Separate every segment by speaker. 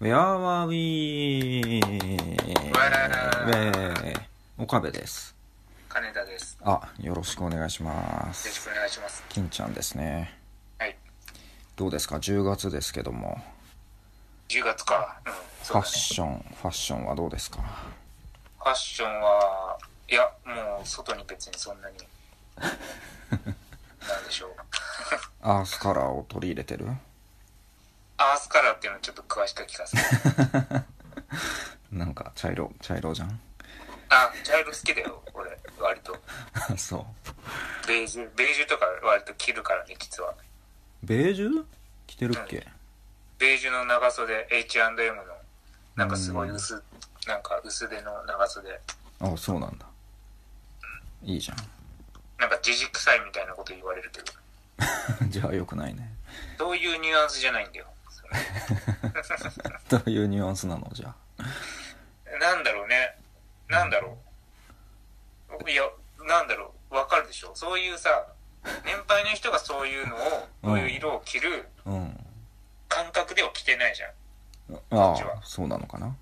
Speaker 1: Where are we?
Speaker 2: ー
Speaker 1: えー岡部です。
Speaker 2: 金田です。
Speaker 1: あ、よろしくお願いしま
Speaker 2: よろし
Speaker 1: す。
Speaker 2: くお願いします。
Speaker 1: 金ちゃんですね。
Speaker 2: はい。
Speaker 1: どうですか ?10 月ですけども、
Speaker 2: 10月か。うん。
Speaker 1: フ
Speaker 2: そ
Speaker 1: ァ
Speaker 2: う
Speaker 1: ッ
Speaker 2: だね。
Speaker 1: ション、ファッションはどうですか
Speaker 2: ファッションは、いや、もう外に別にそ んなに、なんでしょう。
Speaker 1: アースカラーを取り入れてる
Speaker 2: アースカラーっていうのをちょっと詳しく聞かせて。
Speaker 1: なんか茶色、茶色じゃん
Speaker 2: あ、茶色好きだよ、俺。割と。
Speaker 1: そう。
Speaker 2: ベージュ、ベージュとか割と着るからね、実は。
Speaker 1: ベージュ着てるっけ
Speaker 2: ベージュの長袖、H&M の、なんかすごい薄、なんか薄手の長袖。
Speaker 1: あ、そうなんだ。いいじ
Speaker 2: なんかじじくさいみたいなこと言われるけど。
Speaker 1: ゃん。じ ゃあ良くないね。
Speaker 2: そういうニュアンスじゃないんだよ。それ
Speaker 1: どういうニュアンスなのじゃあ。
Speaker 2: なんだろうね。なんだろう。いや、なんだろう。わかるでしょ。そういうさ、年配の人がそういうのを、
Speaker 1: うん
Speaker 2: そういう色を着る
Speaker 1: うん。
Speaker 2: 感覚では着てないじゃん。
Speaker 1: あ
Speaker 2: ちは
Speaker 1: あそうなの かな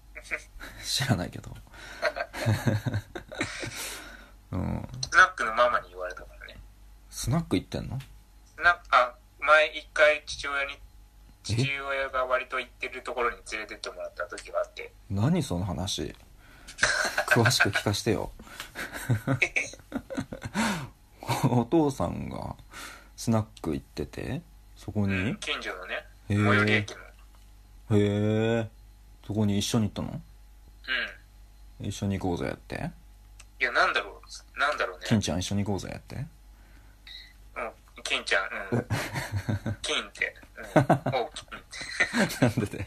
Speaker 1: 知らないけど うん
Speaker 2: スナックのママに言われたからね。
Speaker 1: スナック行ってんの
Speaker 2: スナック、あ、前一回父親に、父親が割と行ってるところに連れてってもらった時があって、
Speaker 1: 何その話詳しく聞かしてよ お父さんがスナック行っててそこに
Speaker 2: う
Speaker 1: へ
Speaker 2: ん近所のね、
Speaker 1: へ
Speaker 2: 最
Speaker 1: ー
Speaker 2: 寄り駅の。うん。
Speaker 1: えそこに一緒に行ったの一緒に行こうぜって
Speaker 2: いや、なんだろう。なんだろうね。
Speaker 1: 金ちゃん一緒に行こうぜって
Speaker 2: うん。金ちゃん、 うん。金って。 うん。お金って。
Speaker 1: なんで だよ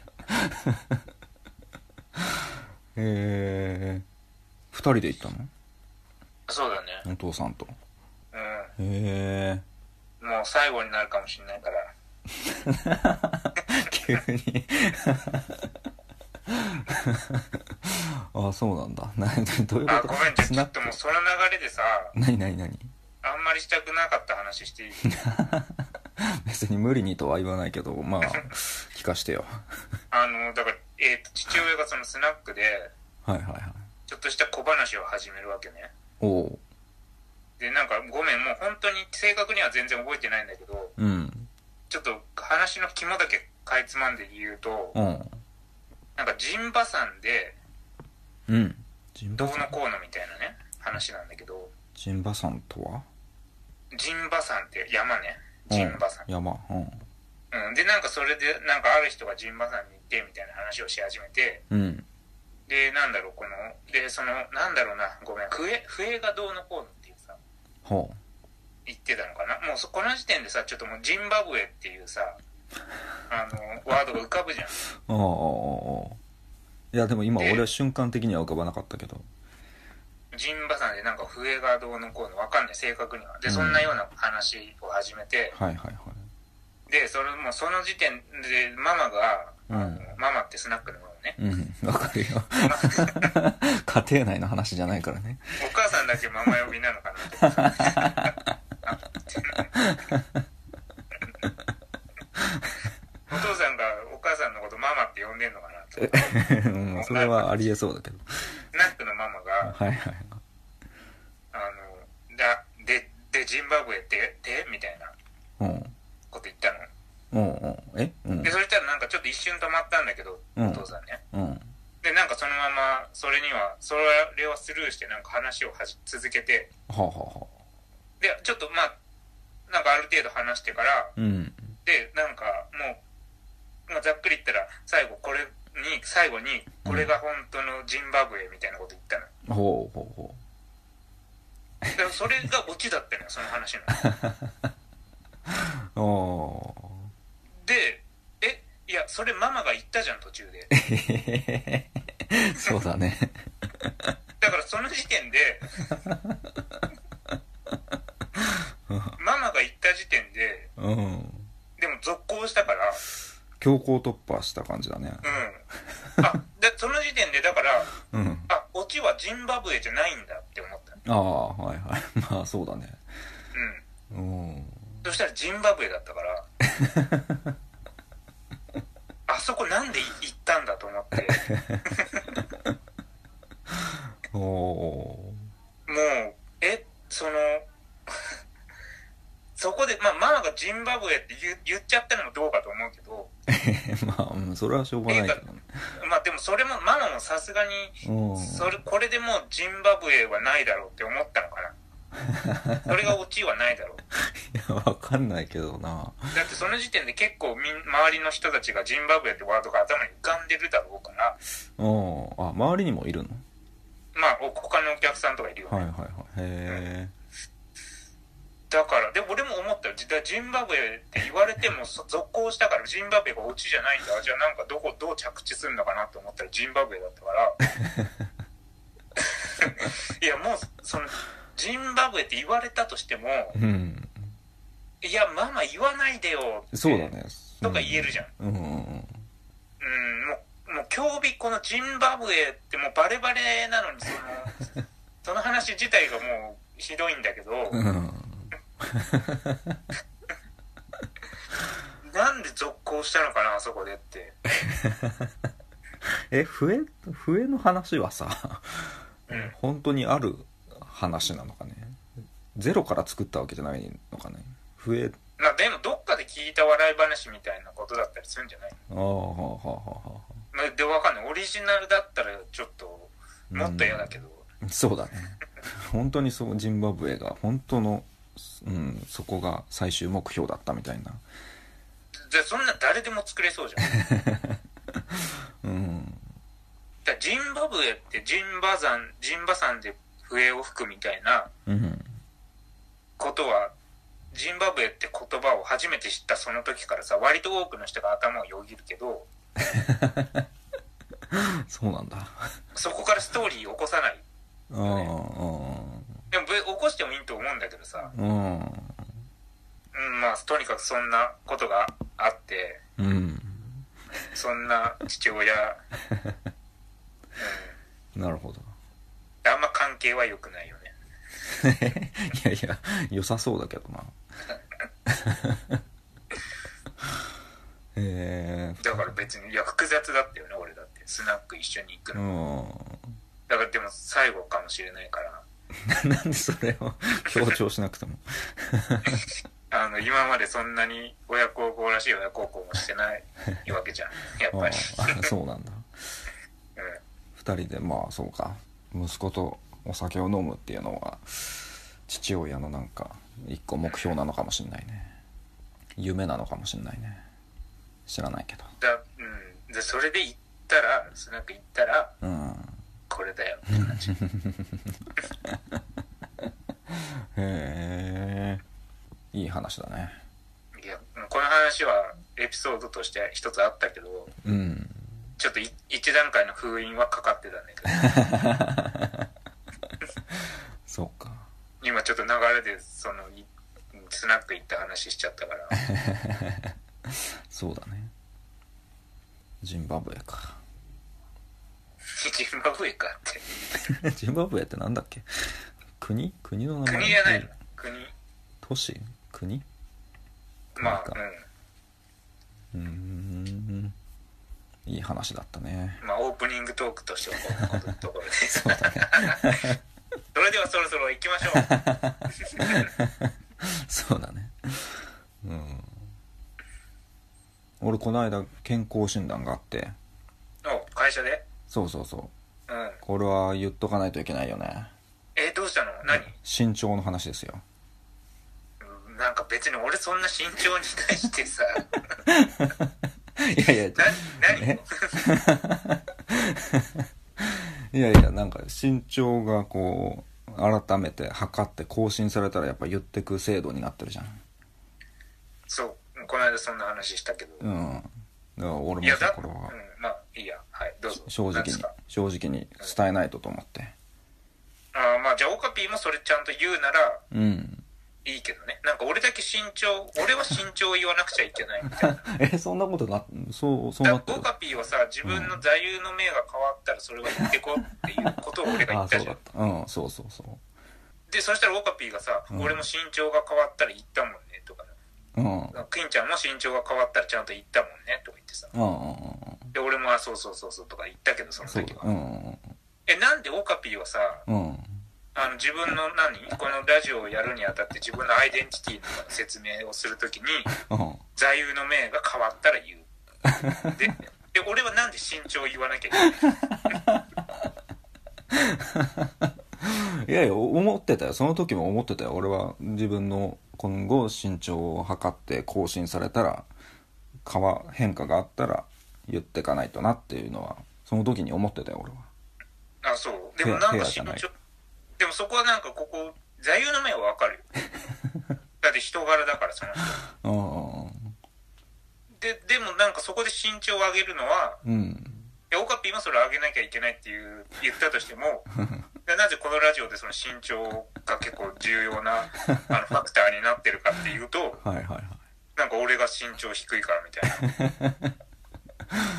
Speaker 1: えー、2人で行ったの
Speaker 2: そうだね。
Speaker 1: お父さんと
Speaker 2: うん。
Speaker 1: へえ
Speaker 2: もう最後になるかもしれないから。
Speaker 1: 急にあそうなんだなどういう
Speaker 2: あ、
Speaker 1: こ
Speaker 2: ご
Speaker 1: と
Speaker 2: めん、じゃあ
Speaker 1: ス
Speaker 2: ち
Speaker 1: ナ
Speaker 2: ょ
Speaker 1: ッ
Speaker 2: っ
Speaker 1: ク
Speaker 2: ともうその流れでさ、
Speaker 1: 何何何
Speaker 2: あんまりしたくなかった話して いい
Speaker 1: 別に無理にとは言わないけどまあ聞かしてよ
Speaker 2: あの、だから、えーと、父親がそのスナックで、
Speaker 1: はいはいはい
Speaker 2: ちょっとした小話を始めるわけね。
Speaker 1: おお
Speaker 2: で、なんか、ごめん、もう本当に正確には全然覚えてないんだけど、
Speaker 1: ううん
Speaker 2: ちょっと話の肝だけかいつまんで言うと、
Speaker 1: うん
Speaker 2: なんか、ジンバさんで、
Speaker 1: うんジン
Speaker 2: ど
Speaker 1: バ
Speaker 2: う
Speaker 1: さ
Speaker 2: の
Speaker 1: ん
Speaker 2: こうのみたいなね、話なんだけど、
Speaker 1: ジンバさんとは
Speaker 2: ジンバさんって山ね。
Speaker 1: うん
Speaker 2: ジンバさん。
Speaker 1: 山うん
Speaker 2: うん。で、なんかそれで、なんかある人がジンバさんに行って、みたいな話をし始めて、
Speaker 1: うん
Speaker 2: で、なんだろう、この、で、その、なんだろうな、ごめん、笛、笛がどうのこうのっていうさ、
Speaker 1: ほ
Speaker 2: 言ってたのかな。もうそ、この時点でさ、ちょっともうジンバブエっていうさ、あの、ワードが浮かぶじゃん。
Speaker 1: うああああああいやでも今俺は瞬間的には浮かばなかったけど
Speaker 2: ジンバさんでなんか笛がどうのこうの、わかんない、正確には。で、
Speaker 1: うん
Speaker 2: そんなような話を始めて、
Speaker 1: はいはいはい
Speaker 2: で、それもうその時点で、ママが、
Speaker 1: うん
Speaker 2: ママってスナックのママね。
Speaker 1: うん、わか るよ。家庭内の話じゃないからね。
Speaker 2: お母さんだけママ呼びなのかなと思って。お父さんがお母さんのことママって呼んでんのかなと思って。
Speaker 1: うん、それはありえそうだけど。
Speaker 2: スナックのママが、
Speaker 1: はいはい。
Speaker 2: あの、だ、で、で、ジンバブエって、でみたいな
Speaker 1: うん。
Speaker 2: こと言ったの。
Speaker 1: うんうん。えうん
Speaker 2: で、。そしたらなんかちょっと一瞬止まったんだけど、
Speaker 1: うん
Speaker 2: お父さんね。
Speaker 1: うん。
Speaker 2: で、なんかそのまま、それには、それはスルーしてなんか話をはじ続けて、
Speaker 1: はあ、はあはあ、
Speaker 2: で、ちょっとまあ、なんかある程度話してから、
Speaker 1: うん。
Speaker 2: でなんかもう、まあ、ざっくり言ったら最後これに最後にこれが本当のジンバブエみたいなこと言ったの、
Speaker 1: ほうほうほ
Speaker 2: だからそれがオチだったのよその話の
Speaker 1: う。おー。
Speaker 2: でえいやそれママが言ったじゃん途中で
Speaker 1: へへへへ そうだね。
Speaker 2: だからその時点でママが言った時点で
Speaker 1: うん。
Speaker 2: でも続行したから
Speaker 1: 強行突破した感じだね。
Speaker 2: うんあでその時点でだから
Speaker 1: うん。
Speaker 2: あオチはジンバブエじゃないんだって思ったの
Speaker 1: ああ、はいはい。まあそうだね。
Speaker 2: うん
Speaker 1: うん。
Speaker 2: そしたらジンバブエだったからあそこなんなんで行ったんだと思って、
Speaker 1: おお
Speaker 2: もう、え、その、 そこで、まあ、マーがジンバブエって言う言っちゃったのもどうかと思うけど、
Speaker 1: ー まあうんそれはしょうがないけどね
Speaker 2: まあでもそれも、ママもさすがに、
Speaker 1: うん
Speaker 2: それ、これでもうジンバブエはないだろうって思ったのかな。それがオチはないだろう。
Speaker 1: いやわかんないけどな
Speaker 2: だってその時点で結構みん周りの人たちがジンバブエってワードが頭に浮かんでるだろうから、
Speaker 1: うんあ周りにもいるの
Speaker 2: まあお他のお客さんとかいるよね。
Speaker 1: はいはいはいへ
Speaker 2: だから、で、俺も思ったよ。じだジンバブエって言わ れてもそ続行したからジンバブエがオチじゃないんだ。じゃあなんかどこ、どう着地するのかなと思ったらジンバブエだっ たから。いや、もう、その、ジンバブエって言われたとしても、
Speaker 1: えうん
Speaker 2: いや、ママ言わないでよって。
Speaker 1: そうだね
Speaker 2: とか言えるじゃん。
Speaker 1: うんうんうん
Speaker 2: うん、もう、もう、今日日このジンバブエってもうバレバレなのに、その、その話自体がもうひどいんだけど、
Speaker 1: うん
Speaker 2: なんで続行したのかな、あそこでって。
Speaker 1: え笛笛の話はさ
Speaker 2: うん
Speaker 1: 本当にある話なのかねゼロから作ったわけじゃないのかね笛
Speaker 2: まあでもどっかで聞いた笑い話みたいなことだったりするんじゃない
Speaker 1: ああはあはあはあは
Speaker 2: まあでわかんないオリジナルだったらちょっともっと嫌だけど、
Speaker 1: あそうだね本当にそうジンバブエが本当の、うん、そこが最終目標だったみたいな
Speaker 2: でそんな誰でも作れそうじゃんだか
Speaker 1: うん
Speaker 2: らジンバブエってジンバ山ジンバ山で笛を吹くみたいな
Speaker 1: うん
Speaker 2: ことはジンバブエって言葉を初めて知ったその時からさ割と多くの人が頭をよぎるけど
Speaker 1: そうなんだ
Speaker 2: そこからストーリー起こさない
Speaker 1: うん
Speaker 2: でもぶ起こしてもいいと思うんだけどさ、
Speaker 1: うんうん
Speaker 2: うん、まあとにかくそんなことがあって
Speaker 1: うん
Speaker 2: そんな父親、
Speaker 1: なるほど
Speaker 2: うん、あんま関係は良くないよね。
Speaker 1: いやいや良さそうだけどな えー、
Speaker 2: だから別に、いや、複雑だったよね、俺だって。スナック一緒に行く
Speaker 1: う
Speaker 2: の。
Speaker 1: ん
Speaker 2: だからでも最後かもしれないから、
Speaker 1: なんでそれを 強調しなくても。
Speaker 2: あの、今までそんなに親孝行らしい親孝行もしてないわけじゃん。やっ
Speaker 1: あ
Speaker 2: ぱり。
Speaker 1: あ、 そうなんだ。二人で、まあそうか。息子とお酒を飲むっていうのは、父親のなんか、一個目標なのかもしんないね。夢なのかもしんないね。知らないけど。
Speaker 2: うん。だ、うん。で、それで行ったら、スナック行ったら、
Speaker 1: うん。
Speaker 2: これだよってなっちゃう。
Speaker 1: へえ。いい話だね。
Speaker 2: いや、もうこの話はエピソードとして一つあったけど、
Speaker 1: うん。
Speaker 2: ちょっとい一段階の封印はかかってたんだけど。
Speaker 1: そうか。
Speaker 2: 今ちょっと流れでそのいスナック行った話しちゃったから
Speaker 1: そうだね。ジンバブエか。
Speaker 2: ジンバブエかって
Speaker 1: ジンバブエってなんだっけ国国の名前
Speaker 2: 国じゃないの国
Speaker 1: 都市国
Speaker 2: まあ
Speaker 1: なんか
Speaker 2: う
Speaker 1: うーんいい話だったね
Speaker 2: んまあオープニングトークとしてはこんなことところでそ
Speaker 1: そうだね
Speaker 2: れで はそろそろ行きま しょう
Speaker 1: そうだねうん俺この間健康診断があって
Speaker 2: お会社で
Speaker 1: そうそうそう
Speaker 2: うん
Speaker 1: これは言っとかないといけないよね
Speaker 2: えどうしたの何
Speaker 1: 身長の話ですよ
Speaker 2: うんなんか別に俺そんな慎重に対し てさ
Speaker 1: いやいや
Speaker 2: な何
Speaker 1: え いやいやなんか身長がこう改めて測って更新されたらやっぱ言ってく制度になってるじゃん
Speaker 2: そうこの間そんな話したけど、
Speaker 1: うんだから
Speaker 2: い
Speaker 1: 俺も
Speaker 2: や
Speaker 1: さ
Speaker 2: だ
Speaker 1: これ
Speaker 2: う
Speaker 1: は
Speaker 2: んまあいいやはいどうぞ
Speaker 1: 正直
Speaker 2: 何で
Speaker 1: に
Speaker 2: すか
Speaker 1: 正直に伝えないとと思って
Speaker 2: あーまあじゃあオカピーもそれちゃんと言うなら
Speaker 1: うん
Speaker 2: いいけどね。なんか俺だけ身長、俺は身長を言わなくちゃいけないみたいな。
Speaker 1: えそんなことなそうそう
Speaker 2: だ
Speaker 1: な
Speaker 2: か
Speaker 1: って
Speaker 2: ら
Speaker 1: る
Speaker 2: オカピーはさ、自分の座右の銘が変わったらそれは言ってこっていうことを俺が言
Speaker 1: あ
Speaker 2: った
Speaker 1: そう
Speaker 2: じゃ
Speaker 1: だっ
Speaker 2: ん。
Speaker 1: たうんそうそうそう
Speaker 2: で、そしたらオカピーがさ、
Speaker 1: うん
Speaker 2: 俺も身長が変わったら言ったもんねとか、
Speaker 1: うんうん
Speaker 2: キンちゃんも身長が変わったらちゃんと言ったもんねとか言ってさ、
Speaker 1: うんうん
Speaker 2: で、俺も、あ、そうそうそうそうとか言ったけど、その
Speaker 1: そう
Speaker 2: 時
Speaker 1: だ
Speaker 2: は。
Speaker 1: うん
Speaker 2: え、なんでオカピーはさ、
Speaker 1: うんうん
Speaker 2: あの、自分の何このラジオをやるにあたって自分のアイデンティティの説明をするときに、
Speaker 1: うん
Speaker 2: 座右の銘が変わったら言う。で、で俺はなんで身長言わなきゃいけない
Speaker 1: いやいや思ってたよその時も思ってたよ俺は自分の今後身長を測って更新されたら変わ変化があったら言ってかないとなっていうのはその時に思ってたよ俺は
Speaker 2: あ、そう。でもなん
Speaker 1: フェ
Speaker 2: か
Speaker 1: アじ
Speaker 2: 身
Speaker 1: ゃない
Speaker 2: 長、でもそこはなんかここ、座右の銘はわかる よ。だって人柄だから、その人。
Speaker 1: う
Speaker 2: で、でもなんかそこで身長を上げるのは、
Speaker 1: んうん
Speaker 2: いやオカピーもそれ上げなきゃいけないっていう言ったとし てもでなぜこのラジオでその身長が結構重要なあのファクターになってるかっていうと
Speaker 1: はいはいはい
Speaker 2: なんか俺が身長低いからみたいな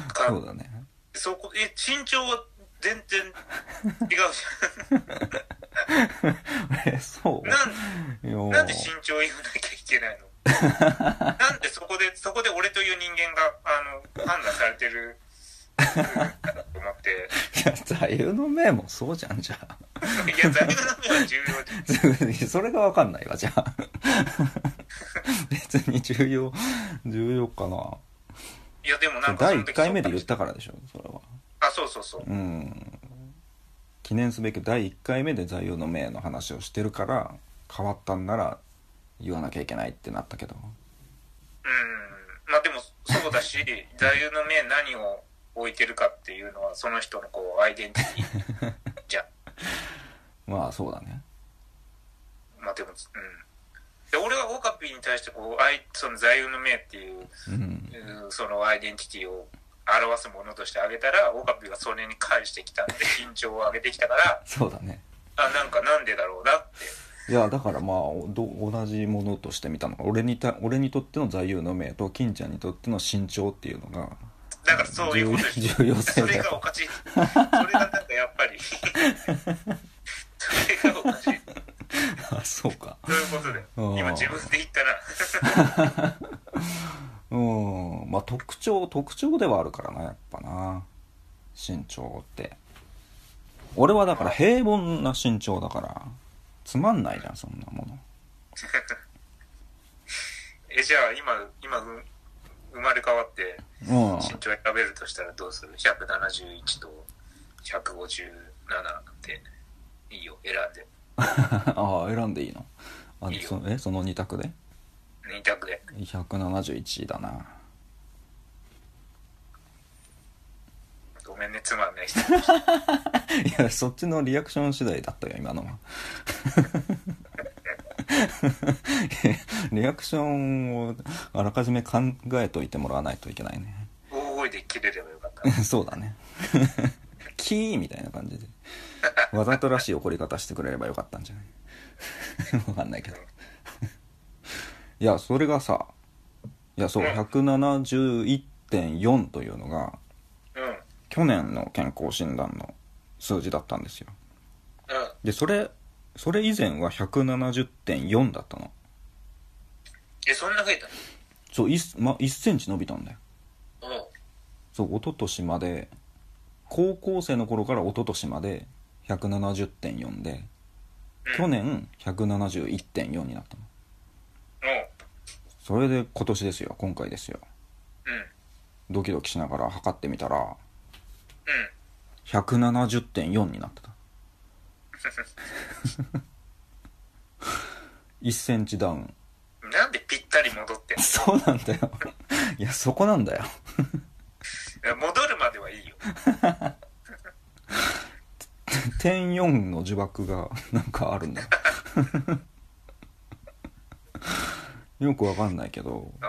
Speaker 2: か
Speaker 1: そうだね
Speaker 2: そこえ身長は 全然違うじ
Speaker 1: えそ
Speaker 2: ゃんなん
Speaker 1: うよ
Speaker 2: なんで身長言わなきゃい けないのなんでそこでそこで俺という人間があの判断されてるうんと思って
Speaker 1: いや座右の銘もそうじゃんじゃあ
Speaker 2: いや座右の銘は重要じゃん
Speaker 1: それが分かんないわじゃあ 別に重要重要かない
Speaker 2: やでもなんか
Speaker 1: 第1回目で言
Speaker 2: 言
Speaker 1: っ。たからでしょそれは
Speaker 2: あ、そうそうそう。
Speaker 1: うん記念すべき第1回目で座右の銘の話をしてるから変わったんなら言わなきゃいけないってなったけど
Speaker 2: うん。まあでもそうだし、座右の銘何を置いてるかっていうのはその人のこうアイデンティティじゃん。
Speaker 1: まあそうだね
Speaker 2: まあでも、うん。で俺はオカピーに対してこう、アイその座右の銘っていう、
Speaker 1: うん
Speaker 2: うんそのアイデンティティを表すものとしてあげたら、オカピーがそれに返してきたんで、緊張を上げてきたから、
Speaker 1: そうだね
Speaker 2: あ、なんかなんでだろうなって。
Speaker 1: いやだからまあおど同じものとして見たの俺にた俺にとっての座右の銘と金ちゃんにとっての身長っていうのが
Speaker 2: だからそういうことです
Speaker 1: 重要重要性
Speaker 2: そ
Speaker 1: だ
Speaker 2: れ
Speaker 1: よ
Speaker 2: がおかしい。それがなんかやっぱり。それがおかしい。
Speaker 1: あそうか
Speaker 2: そういうことで。
Speaker 1: うん
Speaker 2: 今自分で言ったな。
Speaker 1: うんまあ特徴特徴ではあるからなやっぱな身長って俺はだから平凡な身長だからつまんないじゃんそんなもの
Speaker 2: え、じゃあ今、今、う生まれ変わって
Speaker 1: うん
Speaker 2: 身長選べるとしたらどうする ?171 と157っていいよ、選んで。
Speaker 1: ああ選んでいいのあ
Speaker 2: いいよ
Speaker 1: そえその2択で
Speaker 2: 2択で。
Speaker 1: 171だな
Speaker 2: ごめんね、つまんない人。
Speaker 1: いやそっちのリアクション次第だったよ今のは リアクションをあらかじめ考えといてもらわないといけないね
Speaker 2: 大声で切れればよかった。
Speaker 1: そうだねキーみたいな感じでわざとらしい怒り方してくれればよかったんじゃない わかんないけどいやそれがさいやそう171.4というのが
Speaker 2: うん。うん。
Speaker 1: 去年の健康診断の数字だったんですよでそれそれ以前は170.4だったの
Speaker 2: え、そんな増えた
Speaker 1: そう 1,、ま、1センチ伸びたんだよ
Speaker 2: のうん。
Speaker 1: そう一昨年まで高校生の頃から一昨年まで170.4で
Speaker 2: うん
Speaker 1: 去年171.4になったのそれで今年ですよ今回ですよ
Speaker 2: うん。うん。
Speaker 1: ドキドキしながら測ってみたら
Speaker 2: うん。
Speaker 1: 170.4にな ってた1センチダウン
Speaker 2: なんでぴったり戻ってんの
Speaker 1: そうなんだよいやそこなんだよ
Speaker 2: いや戻るまではいいよ。
Speaker 1: 点4の呪縛が なんかあるんだよよくわかんないけど
Speaker 2: あ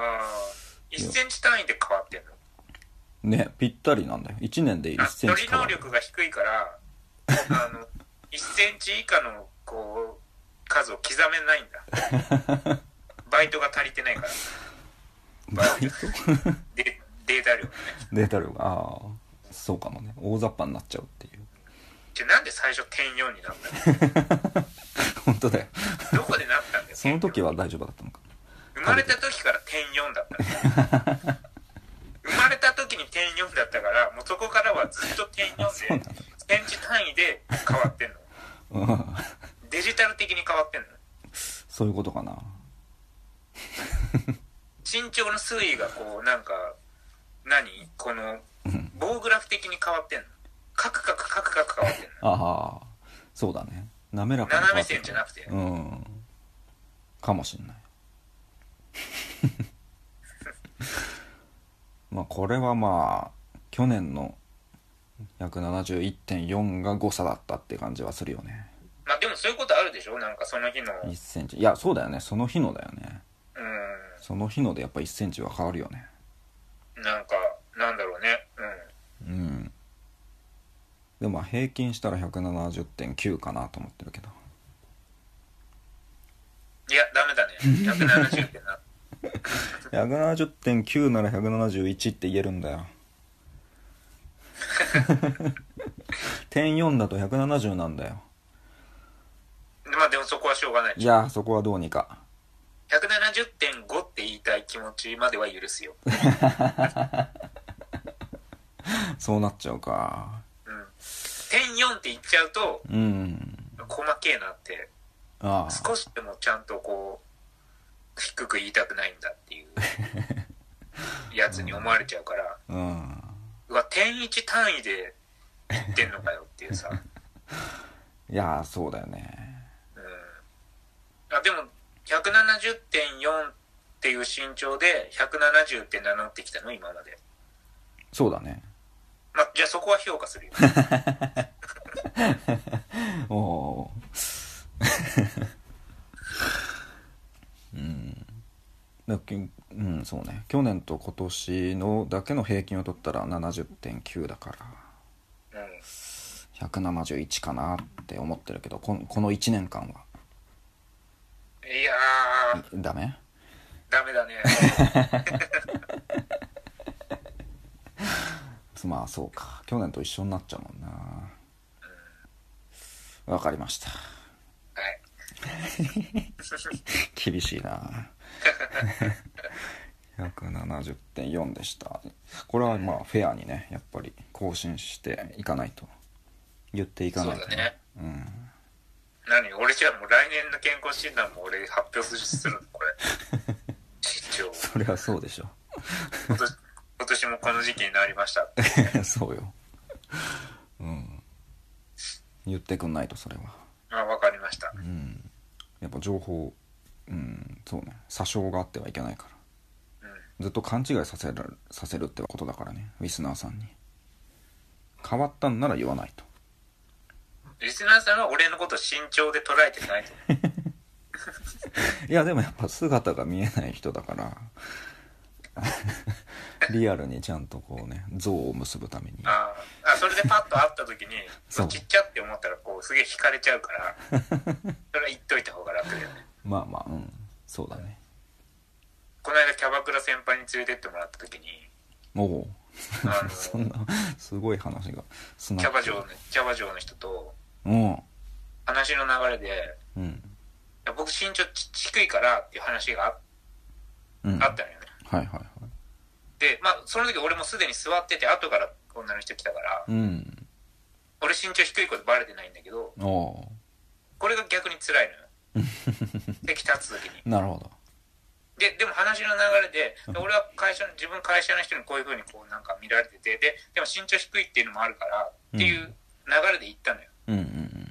Speaker 2: ー1センチ単位で変わってんの。
Speaker 1: ねぴったりなんだよ1年で1
Speaker 2: あ
Speaker 1: セン
Speaker 2: 処
Speaker 1: チ
Speaker 2: 理
Speaker 1: 変わ
Speaker 2: 能
Speaker 1: る
Speaker 2: 力が低いから、あ の、1センチ以下の、こう、数を刻めないんだ。バイトが足りてないから、
Speaker 1: バイト
Speaker 2: でデータ量がね。
Speaker 1: データ量がああそうかもね大雑把になっちゃうっていう
Speaker 2: じゃあなんで最初点4になった
Speaker 1: 本当だよ
Speaker 2: のどこでなったんだよ。
Speaker 1: その時は大丈夫だったのか
Speaker 2: 生まれた時から点4だったの生まれた時に点4だったから、もうそこからはずっと点4で、 センチ単位で変わってんの。
Speaker 1: うん
Speaker 2: デジタル的に変わってんの。
Speaker 1: そういうことかな
Speaker 2: 身長の推移がこう、なんか、何この、棒グラフ的に変わってんの。カクカクカクカク変わってんの。
Speaker 1: ああそうだね滑らかに
Speaker 2: 斜め
Speaker 1: 変
Speaker 2: 線
Speaker 1: わって
Speaker 2: じ
Speaker 1: る
Speaker 2: ゃなく
Speaker 1: う
Speaker 2: て。
Speaker 1: んかもしんない まあこれはまあ去年の171.4が誤差だったって感じはするよね
Speaker 2: まあでもそういうことあるでしょなんかその日の。うん
Speaker 1: 1。センチいやそうだよねその日のだよねその日のでやっぱ1センチは変わるよね
Speaker 2: なんか、なんだろうね。
Speaker 1: うんでもまあ平均したら170.9かなと思ってるけど
Speaker 2: うん。いや、ダメだね。170ってな。
Speaker 1: 170.9なら171って言えるんだよ 点4だと170なんだよ
Speaker 2: まあでもそこはしょうがないで
Speaker 1: い
Speaker 2: しょ。
Speaker 1: やそこはどうにか
Speaker 2: 170.5って言いたい気持ちまでは許すよ。
Speaker 1: そうなっちゃうか
Speaker 2: うん。点4って言っちゃうと、
Speaker 1: うん
Speaker 2: 細けえなって、
Speaker 1: ああ
Speaker 2: 少しでもちゃんとこう、低く言いたくないんだ っていうやつに思われちゃうから、
Speaker 1: うん
Speaker 2: うわ、点1単位で言ってんのかよっ ていうさ。
Speaker 1: いやそうだよね
Speaker 2: うんあでも170.4っていう身長で170.7ってきたの今まで、
Speaker 1: そうだね
Speaker 2: まあ、じゃあそこは評価す るよ
Speaker 1: おおー うんだっけうんそうね去年と今年のだけの平均を取ったら70.9だから
Speaker 2: うん
Speaker 1: 171かなって思ってるけどこんこの1年間はい
Speaker 2: やー
Speaker 1: ダメ
Speaker 2: ダメだね
Speaker 1: まあそうか去年と一緒になっちゃうもんなわかりました
Speaker 2: はい
Speaker 1: 厳しいな 170.4でしたこれはまあフェアにねやっぱり更新していかないと言っていかないと
Speaker 2: そうだね
Speaker 1: うん
Speaker 2: 何俺じゃあもう来年の健康診断も俺発表するのこれ 身長
Speaker 1: それはそうでしょ
Speaker 2: 今年今年もこの時期になりましたって
Speaker 1: そうようん言ってくんないとそれは
Speaker 2: あ分かりました
Speaker 1: うんやっぱ情報うんそうね詐称があってはいけないから
Speaker 2: うん
Speaker 1: ずっと勘違いさせらさせるってことだからねリスナーさんに変わったんなら言わないと
Speaker 2: リスナーさんは俺のこと身長で捉えてないと 思う
Speaker 1: いやでもやっぱ姿が見えない人だから リアルにちゃんとこうね像を結ぶために
Speaker 2: あーあそれでパッと会った時に
Speaker 1: そう
Speaker 2: ちっちゃって思ったらこうすげえ惹かれちゃうから それは言っといた方が楽だよね
Speaker 1: まあまあうんそうだね
Speaker 2: この間キャバクラ先輩に連れてってもらった時に
Speaker 1: おお
Speaker 2: あ の
Speaker 1: そんなすごい話がスナ
Speaker 2: キャバ嬢
Speaker 1: う
Speaker 2: のキャバ嬢の人と
Speaker 1: ん
Speaker 2: 話の流れでい
Speaker 1: うん
Speaker 2: や僕身長ち低いからっていう話があ
Speaker 1: うん
Speaker 2: あっ
Speaker 1: はい
Speaker 2: たのよね
Speaker 1: はいはい
Speaker 2: でまあその時俺もすでに座ってて後から女の人来たから
Speaker 1: うん
Speaker 2: 俺身長低いことバレてないんだけど
Speaker 1: おお
Speaker 2: これが逆に辛いのよ 席立つ時に
Speaker 1: ーなるほど
Speaker 2: ででも話の流れでで俺は会社の自分会社の人にこういうふうにこうなんか見られててででも身長低いっていうのもあるからっていう流れで行ったのよ、
Speaker 1: うんうんうん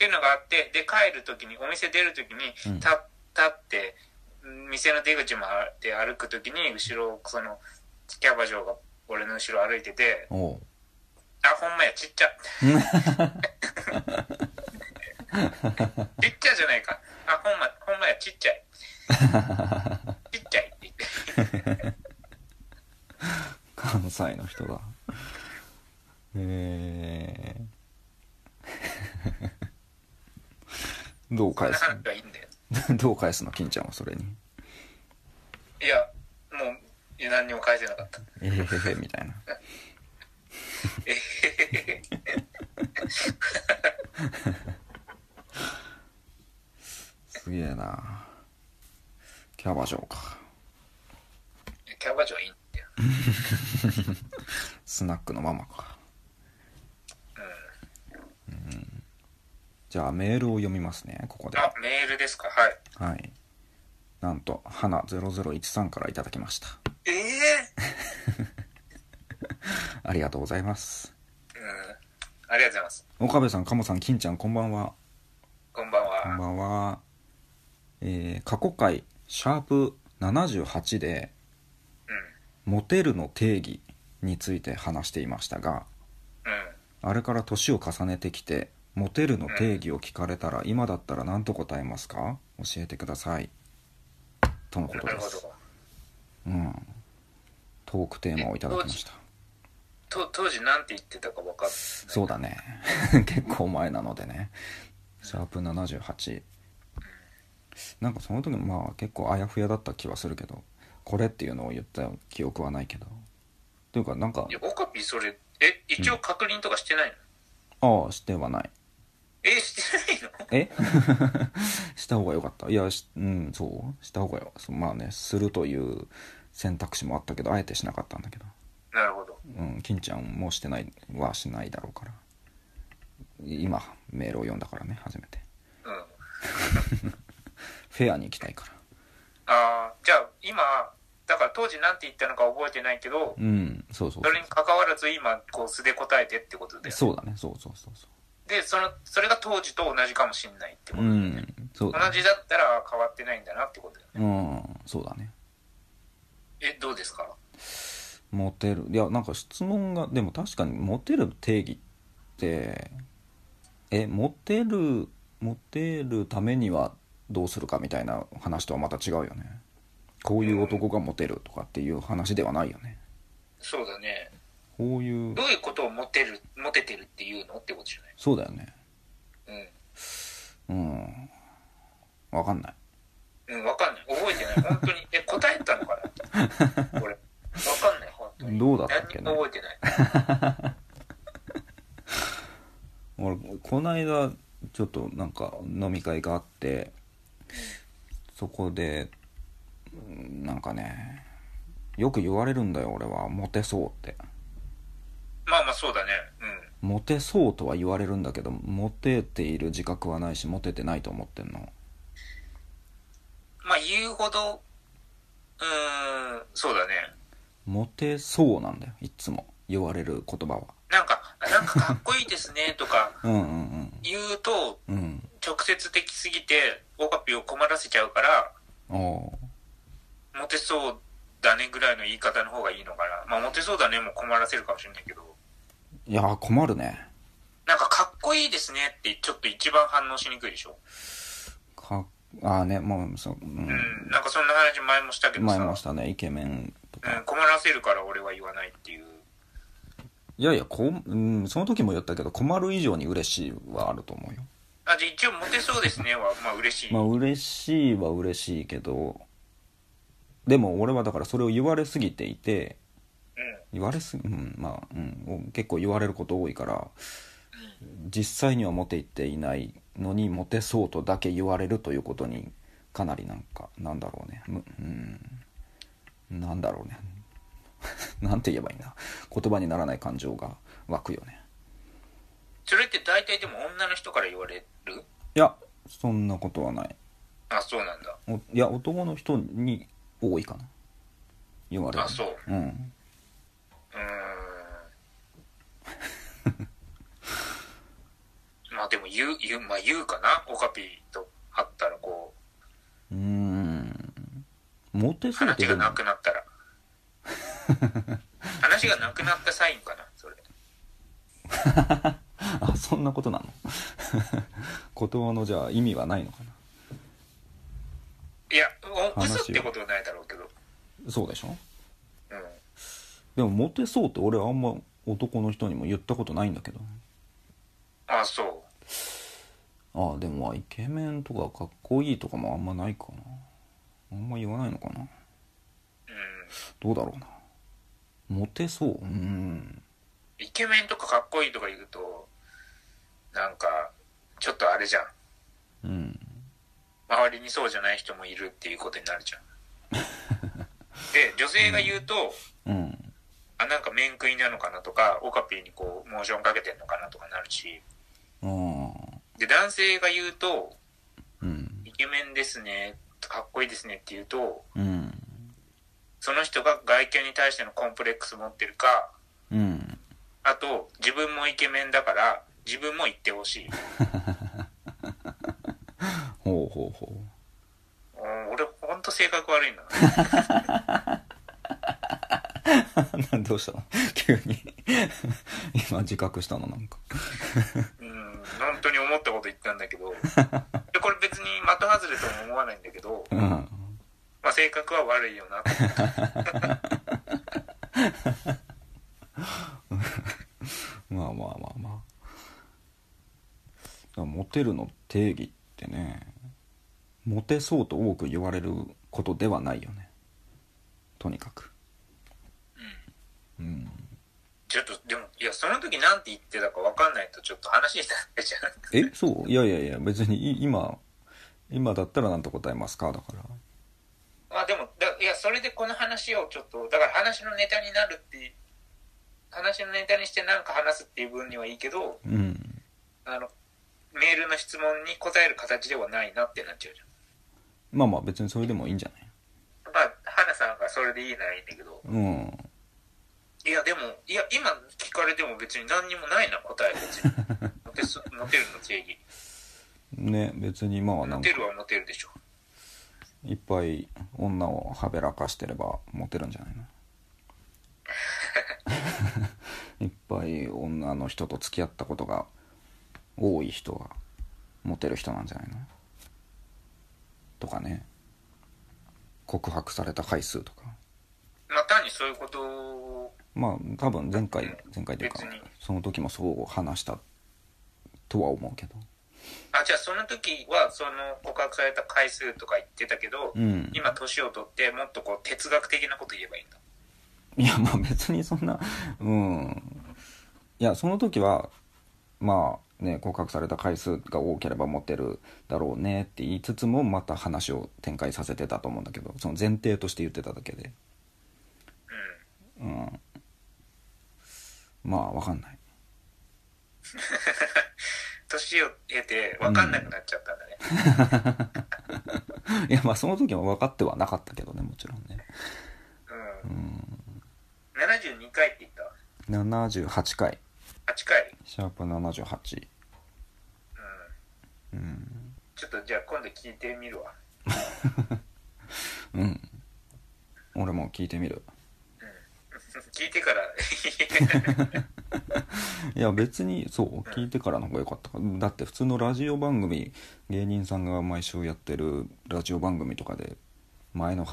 Speaker 2: っていうのがあってで帰る時にお店出る時に
Speaker 1: うん
Speaker 2: 立立ってうん店の出口まで歩く時に後ろをそのキャバ嬢が俺の後ろ歩いてて
Speaker 1: おお
Speaker 2: 「あほんまやちっちゃ」「ちっちゃじゃないかあほんまほんまやちっちゃ い」「ちっちゃい」って言って。
Speaker 1: 関西の人だえー、 どう
Speaker 2: そ
Speaker 1: 返
Speaker 2: んな
Speaker 1: す
Speaker 2: 話はいいんだよ。
Speaker 1: どう返すの金ちゃんはそれに
Speaker 2: いや、もう、いや何にも返せなかった。
Speaker 1: えへへへみ たいな
Speaker 2: えへへへ
Speaker 1: すげえなキャバ嬢か
Speaker 2: キャバ嬢はいいんだよ。
Speaker 1: スナックのママかうんじゃあメールを読みますねここで
Speaker 2: あ、メールですか。はい。
Speaker 1: はいなんと花0013からいただきました
Speaker 2: ええ
Speaker 1: ありがとうございます
Speaker 2: うん。ありがとうございます。
Speaker 1: 岡部さん鴨さん金ちゃんこんばんは
Speaker 2: こんばん
Speaker 1: こん
Speaker 2: は。
Speaker 1: ばんは。えー過去回、シャープ78で、
Speaker 2: う
Speaker 1: モテるの定義について話していましたが、
Speaker 2: ん。うん。
Speaker 1: あれから年を重ねてきて、モテるの定義を聞かれたら、今だったら何と答えますか教えてください。とのこと
Speaker 2: な
Speaker 1: で
Speaker 2: るほ
Speaker 1: す。
Speaker 2: ど。
Speaker 1: うん。トークテーマをいただきました。
Speaker 2: と当時なんて言ってたか分かんない。
Speaker 1: そうだね。 結構前なのでね。シャープ78。なんかその時もまあ結構あやふやだった気はするけど、これっていうのを言った記憶はないけど。というかなんか
Speaker 2: い、や、オカピそれ、え、一応確認とかしてないの、
Speaker 1: ああ、してはない。
Speaker 2: え、してないの
Speaker 1: え した方が良かった。いや、しうん、そうした方がよ。そうまあね、するという選択肢もあったけど、あえてしなかったんだけど。
Speaker 2: なるほど。
Speaker 1: うん、金ちゃんもしてないはしないだろうから。今、メールを読んだからね、初めて。
Speaker 2: うん。あ
Speaker 1: フェアに行きたいから。
Speaker 2: あー、じゃあ今、だから当時なんて言ったのか覚えてないけど、
Speaker 1: うんそうそう
Speaker 2: それに関わらず今、こう素で答えてってことで。
Speaker 1: そうだねそうそうそうそ
Speaker 2: で、その、それが当時と同じかもしんないってこ
Speaker 1: うう
Speaker 2: と。
Speaker 1: んそうだ
Speaker 2: 同
Speaker 1: ね
Speaker 2: じだったら変わってないんだなってことだよね。
Speaker 1: うんそうだね
Speaker 2: え、どうですか
Speaker 1: モテるいやなんか質問がでも確かにモテる定義ってえモテるモテるためにはどうするかみたいな話とはまた違うよねこういう男がモテるとかっていう話ではないよね
Speaker 2: そうだね。
Speaker 1: こういう
Speaker 2: どういうことをモテる、モテてるっていうのってことじゃ
Speaker 1: そうだよね
Speaker 2: ない
Speaker 1: うんわかんない
Speaker 2: うん。うん、わかんない。覚えてない。本当に。え、答えたのか な俺。わかんない、本当に。
Speaker 1: どうだったっけね
Speaker 2: 何にも覚えてない。
Speaker 1: 俺この間ちょっとなんか飲み会があってそこでうんなんかねよく言われるんだよ俺はモテそうって
Speaker 2: まあまあそうだね。うん。
Speaker 1: モテそうとは言われるんだけどモテている自覚はないしモテてないと思ってんの
Speaker 2: まあ言うほど、うーん、そうだね。
Speaker 1: モテそうなんだよいっつも言われる言葉は
Speaker 2: なんか、なんかかっこいいですねとか
Speaker 1: うんうん
Speaker 2: 言うと、
Speaker 1: うんうん
Speaker 2: 直接的すぎて、オカピを困らせちゃうから、
Speaker 1: あ
Speaker 2: モテそうだねぐらいの言い方の方がいいのかな。まあモテそうだねも困らせるかもしれないけど、
Speaker 1: あいやー困るね
Speaker 2: なんかかっこいいですねってちょっと一番反応しにくいでしょ。
Speaker 1: かああねもうそう、う、
Speaker 2: うんん、なんかそんな話前もしたけどさ、
Speaker 1: 前もしたねイケメンとか
Speaker 2: うん、困らせるから俺は言わないっていう。
Speaker 1: いやいやこう、うん、その時も言ったけど困る以上に嬉しいはあると思うよ
Speaker 2: あ、じゃあ一応モテそうですねは、 まあ嬉しい。
Speaker 1: まあ嬉しいは嬉しいけどでも俺はだからそれを言われすぎていて
Speaker 2: うん。
Speaker 1: 言われすぎうんまあ、うん、結構言われること多いから実際にはモテていないのにモテそうとだけ言われるということにかなりなんかなんだろうねむうんなんだろうね なんて言えばいいんだ言葉にならない感情が湧くよね
Speaker 2: それって大体でも女の人から言われる
Speaker 1: いやそんなことはない
Speaker 2: あそうなんだ
Speaker 1: おいや男の人に多いかな言われる
Speaker 2: あそうう
Speaker 1: うん
Speaker 2: ーんまあでも言う言う,、まあ、言うかなオカピーと会ったらこ
Speaker 1: うーんモテ
Speaker 2: う
Speaker 1: そうってで
Speaker 2: 話が
Speaker 1: も
Speaker 2: なくなったら話がなくなったサインかなそれ
Speaker 1: あそんなことなの 言葉のじゃあ意味はないのか
Speaker 2: いやお
Speaker 1: 話を
Speaker 2: 嘘ってことはないだろうけど
Speaker 1: なそうでしょ
Speaker 2: うん
Speaker 1: でもモテそうって俺あんま男の人にも言ったことないんだけど
Speaker 2: あそ
Speaker 1: ああでもまあイケメンとかかっこいいとかもあんまないかなあんま言わないのかな
Speaker 2: ううん
Speaker 1: どうだろうなモテそううーん
Speaker 2: イケメンとかかっこいいとか言うとなんかちょっとあれじゃん
Speaker 1: うん
Speaker 2: 周りにそうじゃない人もいるっていうことになるじゃんで女性が言うと、
Speaker 1: うん
Speaker 2: あなんか面食いなのかなとかオカピーにこうモーションかけてんのかなとかなるし
Speaker 1: うん
Speaker 2: で男性が言うと
Speaker 1: うん
Speaker 2: イケメンですねかっこいいですねって言うと
Speaker 1: うん
Speaker 2: その人が外見に対してのコンプレックス持ってるか
Speaker 1: うん
Speaker 2: あと自分もイケメンだから自分も言ってほしい
Speaker 1: ほうほうほ
Speaker 2: うん俺ほんと性格悪いな
Speaker 1: う どうしたの急に 今自覚したのなんか
Speaker 2: うん本当に思ったこと言ったんだけどでこれ別に的外れとも思わないんだけど、
Speaker 1: うん
Speaker 2: まあ、性格は悪いよなと
Speaker 1: まあまあまあまあだからモテるの定義ってねモテそうと多く言われることではないよねとにかくうん
Speaker 2: ちょっとでもいやその時なんて言ってたか分かんないとちょっと話になっちゃう
Speaker 1: えそういやいやいや別にい今今だったら何と答えますかだから
Speaker 2: まあでもだいやそれでこの話をちょっとだから話のネタになるっていう話のネタにしてなんか話すっていう分にはいいけど
Speaker 1: うん
Speaker 2: あのメールの質問に答える形ではないなってなっちゃうじゃ
Speaker 1: まあまあ別にそれでもいいんじゃ
Speaker 2: んまあ花さんがそれでいいならいいんだけど
Speaker 1: ないうん
Speaker 2: いやでもいや今聞かれても別に何にもないな答え別 にモテすモテるの定義
Speaker 1: ね別にまあな
Speaker 2: モ
Speaker 1: んか
Speaker 2: テるはモテるでしょ
Speaker 1: いっぱい女をはべらかしてればモテるんじゃないの いっぱい女の人と付き合ったことが多い人がモテる人なんじゃないのとかね告白された回数とか
Speaker 2: まあ単にそういうことを
Speaker 1: まあ多分前回前回というか
Speaker 2: 別に
Speaker 1: その時もそう話したとは思うけど
Speaker 2: あじゃあその時はその告白された回数とか言ってたけど、
Speaker 1: うん
Speaker 2: 今年を取ってもっとこう哲学的なこと言えばいいんだ
Speaker 1: いやまあ別にそんなうんいやその時はまあね告白された回数が多ければモテるだろうねって言いつつもまた話を展開させてたと思うんだけどその前提として言ってただけでうんまあわかんない
Speaker 2: 年を経て分かんなくなっちゃったんだね、
Speaker 1: いやまあその時は分かってはなかったけどねもちろんね
Speaker 2: うん72回って言った
Speaker 1: 78回
Speaker 2: 8回
Speaker 1: シャープ78うん
Speaker 2: ちょっとじゃあ今度聞いてみるわ
Speaker 1: うん俺も聞いてみる
Speaker 2: 聞いてから
Speaker 1: いや別にそう聞いてからの方が良かったかだって普通のラジオ番組芸人さんが毎週やってるラジオ番組とかで前の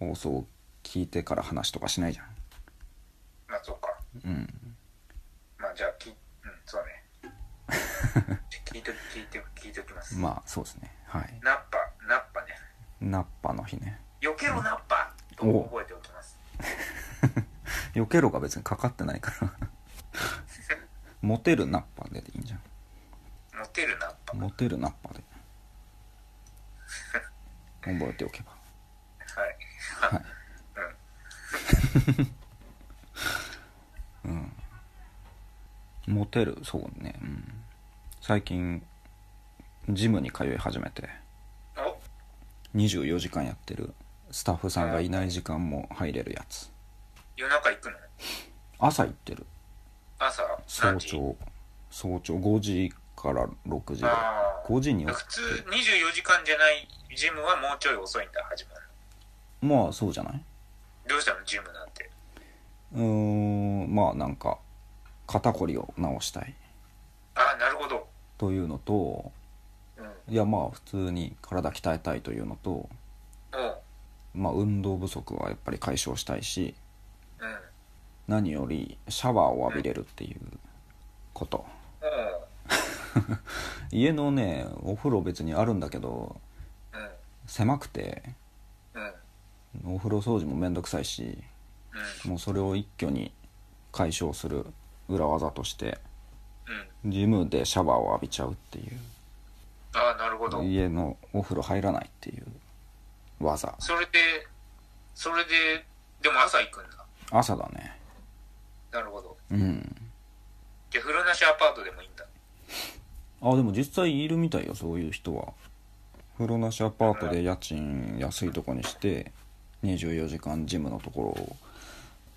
Speaker 1: 放送を聞いてから話とかしないじゃ
Speaker 2: まあそうか
Speaker 1: んうん
Speaker 2: まあじゃあきうんそうね聞いて聞いて聞いておきます、
Speaker 1: まあそうですねはい
Speaker 2: ナッパナッパね
Speaker 1: ナッパの日ね
Speaker 2: 避けろナッパと
Speaker 1: お
Speaker 2: 覚えておきます
Speaker 1: 避けろが別にかかってないから モテるナッパでいいんじゃ
Speaker 2: モテるナッパ
Speaker 1: んモテるナッパで覚えておけば
Speaker 2: はい
Speaker 1: はいモテるそうねうん最近ジムに通い始めて
Speaker 2: うんお
Speaker 1: 24時間やってるスタッフさんがいない時間も入れるやつ
Speaker 2: 夜中行くの
Speaker 1: 朝行ってる
Speaker 2: 朝
Speaker 1: 早
Speaker 2: 何時
Speaker 1: 朝早朝5時から6時ぐら
Speaker 2: あ
Speaker 1: い5時に
Speaker 2: あ
Speaker 1: 起
Speaker 2: 普通24時間じゃないジムはもうちょい遅いんだ始まる
Speaker 1: きまあそうじゃない
Speaker 2: どうしたのジムなんて
Speaker 1: うーんまあなんか肩こりを直したい
Speaker 2: ああなるほど
Speaker 1: というのと
Speaker 2: うん
Speaker 1: いやまあ普通に体鍛えたいというのと
Speaker 2: おう
Speaker 1: まあ運動不足はやっぱり解消したいし
Speaker 2: うん
Speaker 1: 何よりシャワーを浴びれるっていうこと
Speaker 2: おう
Speaker 1: 家のねお風呂別にあるんだけど
Speaker 2: うん
Speaker 1: 狭くて
Speaker 2: うんうん
Speaker 1: お風呂掃除もめんどくさいしもうそれを一挙に解消する裏技として
Speaker 2: うん
Speaker 1: ジムでシャワーを浴びちゃうっていう
Speaker 2: ああなるほど
Speaker 1: 家のお風呂入らないっていう技
Speaker 2: それでそれででも朝行くんだ。
Speaker 1: 朝だね
Speaker 2: なるほど。
Speaker 1: うん
Speaker 2: じゃあ、風呂なしアパートでもいいんだ。
Speaker 1: あでも実際いるみたいよそういう人は風呂なしアパートで家賃安いとこにして24時間ジムのところを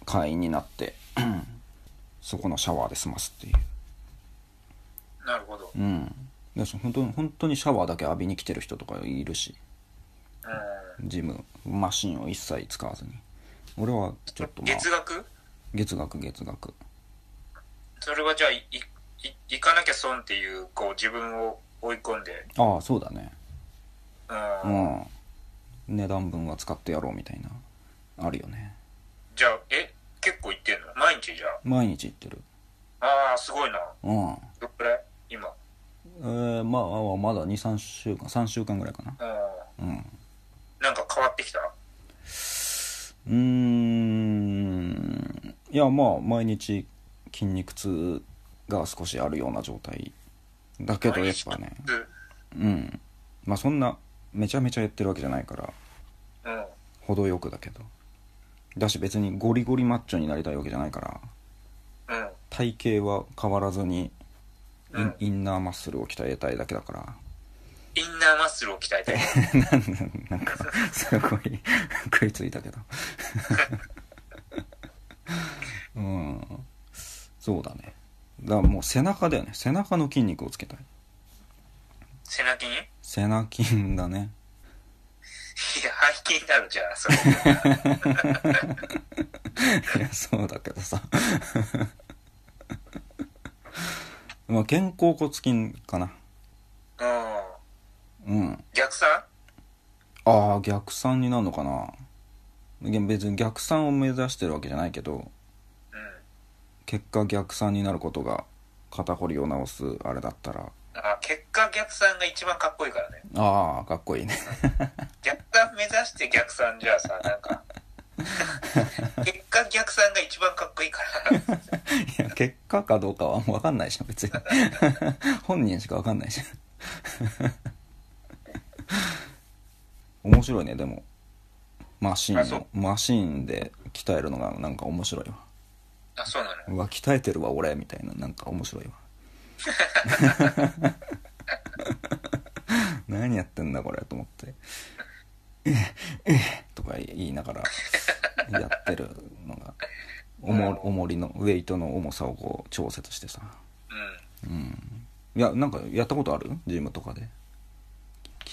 Speaker 1: 会員になって そこのシャワーで済ますっていう
Speaker 2: なるほど。
Speaker 1: うんだし本当に本当にシャワーだけ浴びに来てる人とかいるし
Speaker 2: う
Speaker 1: ジムマシンを一切使わずに俺はちょっと
Speaker 2: ん。
Speaker 1: まあ
Speaker 2: 月額
Speaker 1: 月額月額
Speaker 2: それはじゃあ、い、い、い行かなきゃ損っていう、こう、自分を追い込んで、
Speaker 1: ああそうだね
Speaker 2: うん。
Speaker 1: うん値段分は使ってやろうみたいなあるよね
Speaker 2: じゃあ、え、結構行ってんの毎日じゃ
Speaker 1: 毎日行ってる
Speaker 2: あ。ああ、すごいな。
Speaker 1: うん
Speaker 2: どっくらい今。
Speaker 1: えー、まあまだ23週間3週間ぐらいかな
Speaker 2: うん。
Speaker 1: うんう
Speaker 2: なんか変わってきた
Speaker 1: ーんいやまあ毎日筋肉痛が少しあるような状態だけどやっぱね
Speaker 2: うん。
Speaker 1: うんまあそんなめちゃめちゃやってるわけじゃないから
Speaker 2: うん。
Speaker 1: 程よくだけどだし別にゴリゴリマッチョになりたいわけじゃないから
Speaker 2: うん。
Speaker 1: 体型は変わらずにイン,、
Speaker 2: うん
Speaker 1: インナーマッスルを鍛えたいだけだから
Speaker 2: インナーマッスルを鍛えたい。
Speaker 1: なんかすごい食いついたけど うんそうだねだからもう背中だよね背中の筋肉をつけたい
Speaker 2: 背中筋いや、
Speaker 1: 背中筋だね
Speaker 2: 背筋になるじゃあ、それ。
Speaker 1: いやそうだけどさ まあ肩甲骨筋かな
Speaker 2: うん。
Speaker 1: うん
Speaker 2: 逆さ
Speaker 1: ああ逆算になるのかないや別に逆算を目指してるわけじゃないけど
Speaker 2: うん。
Speaker 1: 結果逆算になることが肩こりを治すあれだったら
Speaker 2: あ結果逆算が一番かっこいいからね。
Speaker 1: ああかっこいいね
Speaker 2: 逆算目指して逆算じゃあさ、な んか。結果逆算が一番かっこい いから。
Speaker 1: いや結果かどうかは分かんないじゃん別に 本人しか分かんないじゃん面白いねでもマシ
Speaker 2: あ
Speaker 1: ーン
Speaker 2: そう
Speaker 1: をマシーンで鍛えるのがなんか面白いわ
Speaker 2: あ、そうなの
Speaker 1: うわ鍛えてるわ俺みたいななんか面白いわ 何やってんだこれと思ってえええとか言いながらやってるのが重り重りのウェイトの重さをこう調節してさ
Speaker 2: うん。
Speaker 1: うんいやなんかやったことあるジムとかで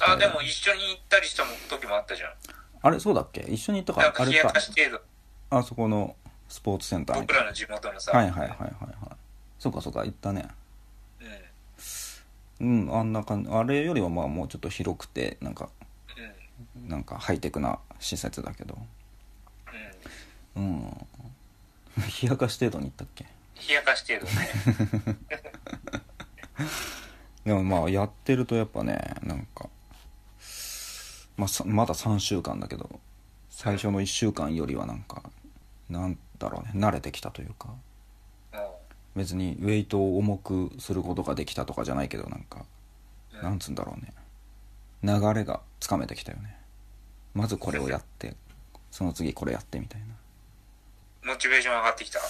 Speaker 2: あ、でも
Speaker 1: 鍛え
Speaker 2: 一緒に行ったりした時もあったじゃん。
Speaker 1: あれそうだっけ一緒に行ったか
Speaker 2: なん
Speaker 1: あ
Speaker 2: か冷
Speaker 1: れ
Speaker 2: や
Speaker 1: か
Speaker 2: かし程度、
Speaker 1: あそこのスポーツセンターみ
Speaker 2: 僕
Speaker 1: たい
Speaker 2: らの地元のさ。
Speaker 1: なはいはいはいはいはいそうかそうか行ったね
Speaker 2: うん。
Speaker 1: うんあんな感じあれよりはまあもうちょっと広くてなんか
Speaker 2: うん。うん。
Speaker 1: なんかハイテクな施設だけどうん 冷やかし程度に行ったっけ
Speaker 2: 冷やかし程度ね。
Speaker 1: でもまあやってるとやっぱねなんか、まあ、さまだ3週間だけど最初の1週間よりはなんかなんだろうね慣れてきたというか別にウェイトを重くすることができたとかじゃないけどなんか
Speaker 2: うん。う
Speaker 1: なん
Speaker 2: ん。
Speaker 1: つうんだろうね流れがつかめてきたよねまずこれをやってその次これやってみたいな
Speaker 2: モチベーション上がってきた。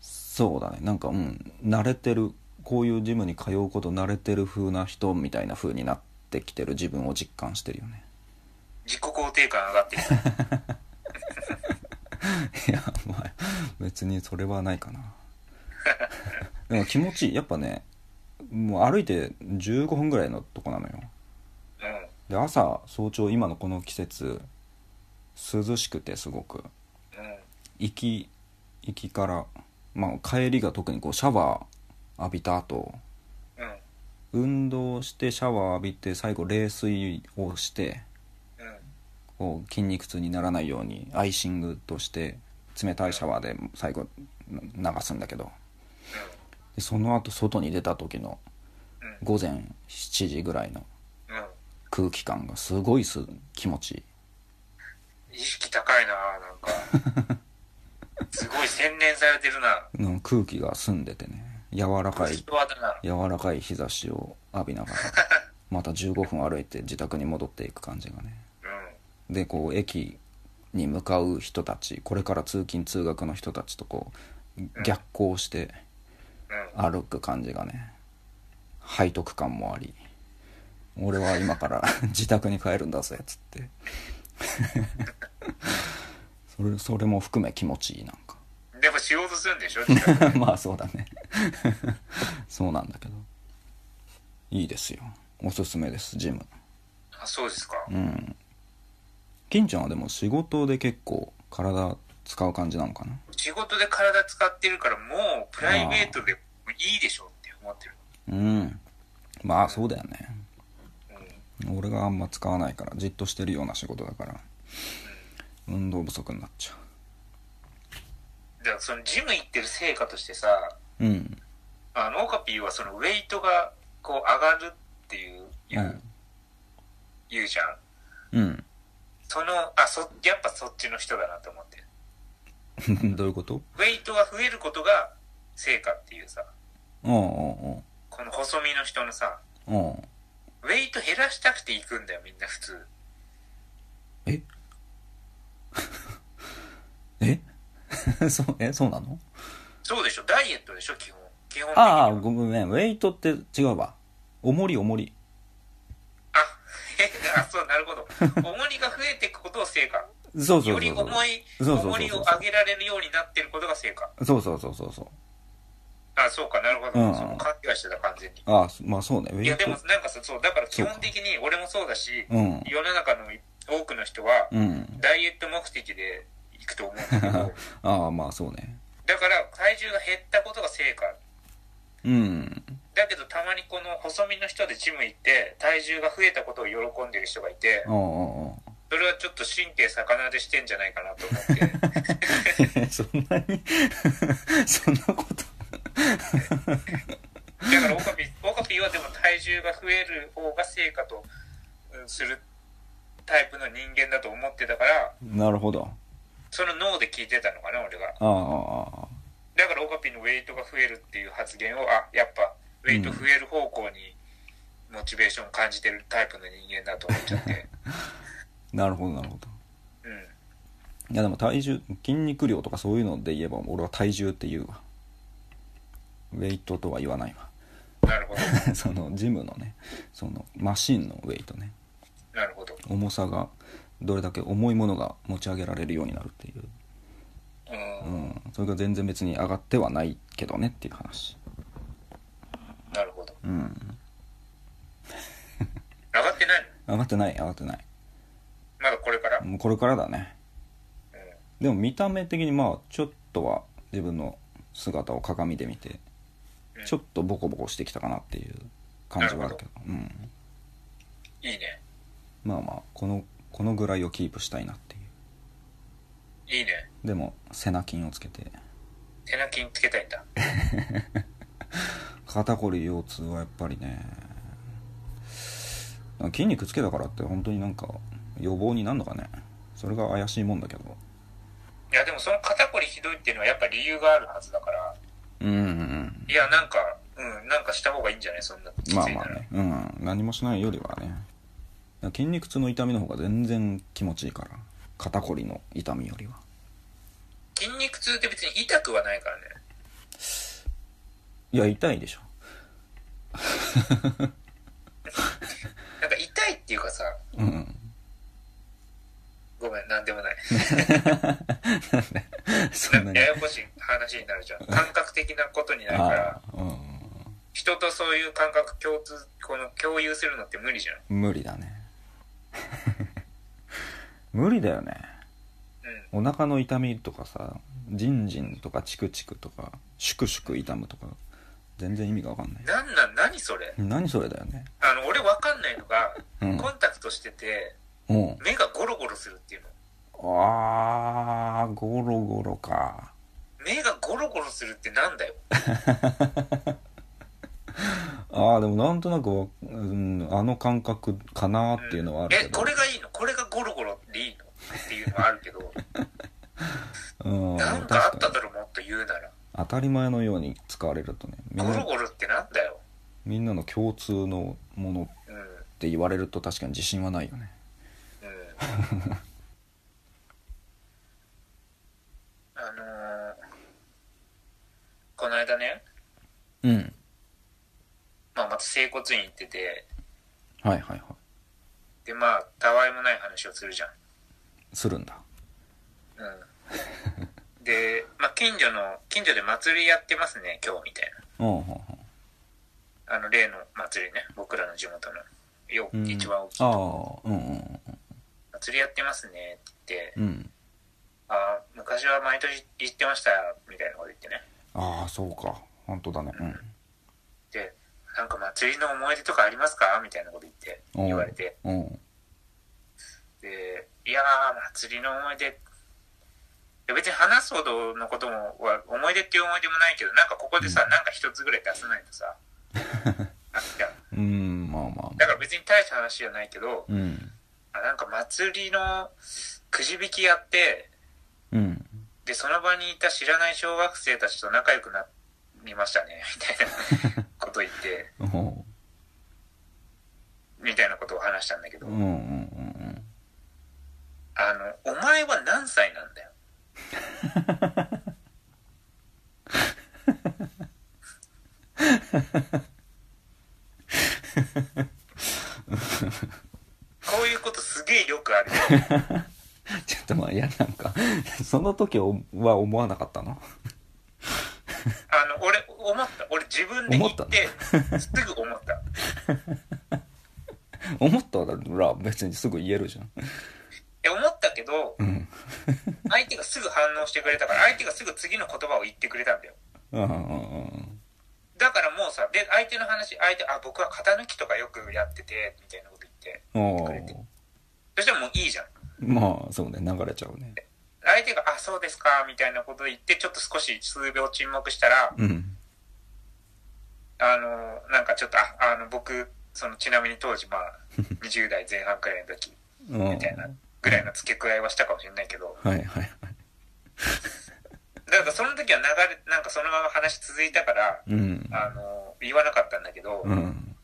Speaker 1: そうだねなんかうん慣れてるこういうジムに通うこと慣れてる風な人みたいな風になってきてる自分を実感してるよね
Speaker 2: 自己肯定感上がってきた。
Speaker 1: いやまあ別にそれはないかなでも気持ちいいやっぱねもう歩いて15分ぐらいのとこなのよ
Speaker 2: うん。
Speaker 1: で朝早朝今のこの季節涼しくてすごく
Speaker 2: うん。
Speaker 1: 行き行きから、まあ、帰りが特にこうシャワー浴びた後
Speaker 2: うん。
Speaker 1: 運動してシャワー浴びて最後冷水をして
Speaker 2: うん。
Speaker 1: こう筋肉痛にならないようにアイシングとして冷たいシャワーで最後な流すんだけどでその後外に出た時の
Speaker 2: うん。
Speaker 1: 午前7時ぐらいの
Speaker 2: うん。うん。
Speaker 1: 空気感がすごいす気持ちいい
Speaker 2: 意識高いななんかすごい洗練されてるな
Speaker 1: うん空気が澄んでてね柔らかい
Speaker 2: 人はだな
Speaker 1: 柔らかい日差しを浴びながらまた15分歩いて自宅に戻っていく感じがね
Speaker 2: うん
Speaker 1: でこう駅に向かう人たちこれから通勤通学の人たちとこう逆行して
Speaker 2: うん
Speaker 1: 歩く感じがね背徳感もあり俺は今から 自宅に帰るんだぜっつって それそれも含め気持ちいいなんか
Speaker 2: でも仕事するんでしょ自宅
Speaker 1: まあそうだね そうなんだけどいいですよおすすめですジム
Speaker 2: あそうですか、
Speaker 1: うん金ちゃんはでも仕事で結構体使う感じなのかな
Speaker 2: 仕事で体使ってるからもうプライベートでいいでしょって思ってる、
Speaker 1: うんまあそうだよね
Speaker 2: うん、
Speaker 1: 俺があんま使わないからじっとしてるような仕事だから運動不足になっちゃ
Speaker 2: だからそのジム行ってる成果としてさ
Speaker 1: ううん
Speaker 2: あのオカピーはそのウェイトがこう上がるっていう言う,、
Speaker 1: うん
Speaker 2: 言うじゃん
Speaker 1: うん
Speaker 2: そのあそやっぱそっちの人だなと思って
Speaker 1: どういうこと
Speaker 2: ウェイトが増えることが成果っていうさ
Speaker 1: うん
Speaker 2: この細身の人のさ
Speaker 1: うんうんうん
Speaker 2: ウェイト減らしたくて行くんだよみんな普通
Speaker 1: え え そうえそうなの
Speaker 2: そうでしょダイエットでしょ基本基本的に
Speaker 1: あ
Speaker 2: は
Speaker 1: あ ごめんウェイトって違うわ重り重り
Speaker 2: あえあそうなる ほど重りが増えていくことを成果
Speaker 1: そうそ
Speaker 2: よ
Speaker 1: う
Speaker 2: り
Speaker 1: そうそう
Speaker 2: 重い
Speaker 1: そうそうそうそう
Speaker 2: 重りを上げられるようになってることが成果
Speaker 1: そうそうそうそうそう
Speaker 2: あそうかなるほ
Speaker 1: うんうん
Speaker 2: ど、その勘違いしてた完全に
Speaker 1: ああまあそうねウ
Speaker 2: い
Speaker 1: ェ
Speaker 2: や
Speaker 1: イ
Speaker 2: で
Speaker 1: ト
Speaker 2: もなんかさそうだから基本的に俺もそうだし、
Speaker 1: うん
Speaker 2: 世の中の多くの人は
Speaker 1: うん
Speaker 2: ダイエット目的で行くと思うんだけど
Speaker 1: ああまあそうね
Speaker 2: だから体重が減ったことが成果
Speaker 1: うん
Speaker 2: だけどたまにこの細身の人でジム行って体重が増えたことを喜んでる人がいて
Speaker 1: あ あああ
Speaker 2: それはちょっと神経逆なでしてんじゃないかな と思って
Speaker 1: そんなに そんなこと
Speaker 2: だからオカピオカピはでも体重が増える方が成果とうんするタイプの人間だと思ってたから
Speaker 1: なるほど
Speaker 2: その脳で聞いてたのかな俺が
Speaker 1: ああああ
Speaker 2: だからオカピのウェイトが増えるっていう発言をあやっぱウェイト増える方向にモチベーション感じてるタイプの人間だと思っち ゃって、
Speaker 1: なるほどなるほど
Speaker 2: うん、
Speaker 1: いやでも体重筋肉量とかそういうので言えば俺は体重って言うわウェイトとは言わ ないわ
Speaker 2: なるほど
Speaker 1: そのジムのねそのマシンのウェイトね
Speaker 2: なるほど
Speaker 1: 重さがどれだけ重いものが持ち上げられるようになるっていう、
Speaker 2: う
Speaker 1: うんん、それが全然別に上がってはないけどねっていう話
Speaker 2: なるほど
Speaker 1: うん
Speaker 2: 上がってないの
Speaker 1: 上がってない上がってない
Speaker 2: まだこれから、
Speaker 1: もうこれからだね
Speaker 2: うん、
Speaker 1: でも見た目的にまあちょっとは自分の姿を鏡で見て
Speaker 2: うん
Speaker 1: ちょっとボコボコしてきたかなっていう感じはあるけどうん
Speaker 2: いいね
Speaker 1: まあまあこのこのぐらいをキープしたいなってい
Speaker 2: いいね
Speaker 1: うでも背中筋をつけて
Speaker 2: 手な筋つけたいんだ
Speaker 1: 肩こり腰痛はやっぱりね筋肉つけたからって本当になんか予防になるのかねそれが怪しいもんだけど
Speaker 2: いやでもその肩こりひどいっていうのはやっぱ理由があるはずだから
Speaker 1: うんうんうん
Speaker 2: いやなんかうんなんかした方がいいんじゃないそんなきついな
Speaker 1: まあ
Speaker 2: ら、
Speaker 1: まあねうん何もしないよりはね筋肉痛の痛みの方が全然気持ちいいから肩こりの痛みよりは
Speaker 2: 筋肉痛って別に痛くはないからね
Speaker 1: いや痛いでしょ
Speaker 2: なんか痛いっていうかさ
Speaker 1: うんうん
Speaker 2: ごめんなんでもない
Speaker 1: そんなに
Speaker 2: ややこしい話になるじゃん感覚的なことになるか
Speaker 1: あ
Speaker 2: ら
Speaker 1: あうん
Speaker 2: 人とそういう感覚共通この共有するのって無理じゃん
Speaker 1: うん無理だね 無理だよね
Speaker 2: うん
Speaker 1: お腹の痛みとかさジンジンとかチクチクとかシュクシュク痛むとか全然意味が分かんない
Speaker 2: なんなん何それ
Speaker 1: 何それだよね
Speaker 2: あの俺わかんないのが、
Speaker 1: うん
Speaker 2: コンタクトしてて
Speaker 1: うん
Speaker 2: 目がゴロゴロするっていうの
Speaker 1: あーゴロゴロか
Speaker 2: 目がゴロゴロするってなんだよ
Speaker 1: ああでもなんとなくわ、うん、あの感覚かなっていうのはあるけ
Speaker 2: え
Speaker 1: ど、
Speaker 2: これがいいのこれがゴロゴロでいいのっていうのはあるけど
Speaker 1: うん
Speaker 2: なん
Speaker 1: 確
Speaker 2: かあ
Speaker 1: か
Speaker 2: った
Speaker 1: に
Speaker 2: だろもっと言うなら
Speaker 1: 当たり前のように使われるとねみん
Speaker 2: ゴロ
Speaker 1: な
Speaker 2: ゴロってなんだよ
Speaker 1: みんなの共通のものっ
Speaker 2: うん
Speaker 1: て言われると確かに自信はないよね
Speaker 2: うん
Speaker 1: うん
Speaker 2: まあ、また整骨院行ってて
Speaker 1: はいはいはい
Speaker 2: でまあたわいもない話をするじゃん
Speaker 1: するんだ
Speaker 2: うんで、まあ、近所の近所で祭りやってますね今日みたい
Speaker 1: うんうんうん
Speaker 2: なあの例の祭りね僕らの地元のよ
Speaker 1: うん
Speaker 2: 一番大きい
Speaker 1: ああうんうん
Speaker 2: 祭りやってますねって言って
Speaker 1: うんうん
Speaker 2: 「あー昔は毎年行ってました」みたいなこと言ってね
Speaker 1: ああそうか本当だね
Speaker 2: で「なんか祭りの思い出とかありますか?」みたいなこと言って
Speaker 1: うん
Speaker 2: 言われて
Speaker 1: うんうん
Speaker 2: で、いやー、祭りの思い出。いや別に話すほどのこともは思い出っていう思い出もないけど、なんかここでさ、なんか一つぐらい出さないとさ。あいや
Speaker 1: うんまあまあ
Speaker 2: だから別に大した話じゃないけど、
Speaker 1: うん
Speaker 2: あなんか祭りのくじ引きやって、
Speaker 1: うん
Speaker 2: で、その場にいた知らない小学生たちと仲良くなりましたね、みたいなこと言って、
Speaker 1: うん
Speaker 2: みたいなことを話したんだけど、
Speaker 1: うんうんうん
Speaker 2: あの、お前は何歳なんだよ。こういうことすげえよくある。
Speaker 1: ちょっとまあいやなんかその時は思わなかったな
Speaker 2: あの、俺、思った。俺自分で言って、すぐ思った。
Speaker 1: 思ったら別にすぐ言えるじゃん
Speaker 2: え、思ったけど、
Speaker 1: うん
Speaker 2: 相手がすぐ反応してくれたから、相手がすぐ次の言葉を言ってくれたんだよ。
Speaker 1: うんうんうん
Speaker 2: だからもうさ、で、相手の話、相手、あ、僕は型抜きとかよくやってて、みたいなこと言って。
Speaker 1: お
Speaker 2: そしたらもういいじゃん。
Speaker 1: まあそうね流れちゃうね
Speaker 2: 相手が「あそうですか」みたいなこと言ってちょっと少し数秒沈黙したら
Speaker 1: うん
Speaker 2: あのなんかちょっとああの僕そのちなみに当時 まあ20代前半くらいの時
Speaker 1: うんは
Speaker 2: み
Speaker 1: い
Speaker 2: たいなぐらいの付け加えはしたかもしれないけど
Speaker 1: はいはい
Speaker 2: だからその時は流れなんかそのまま話続いたから
Speaker 1: うん
Speaker 2: あの言わなかったんだけど
Speaker 1: うん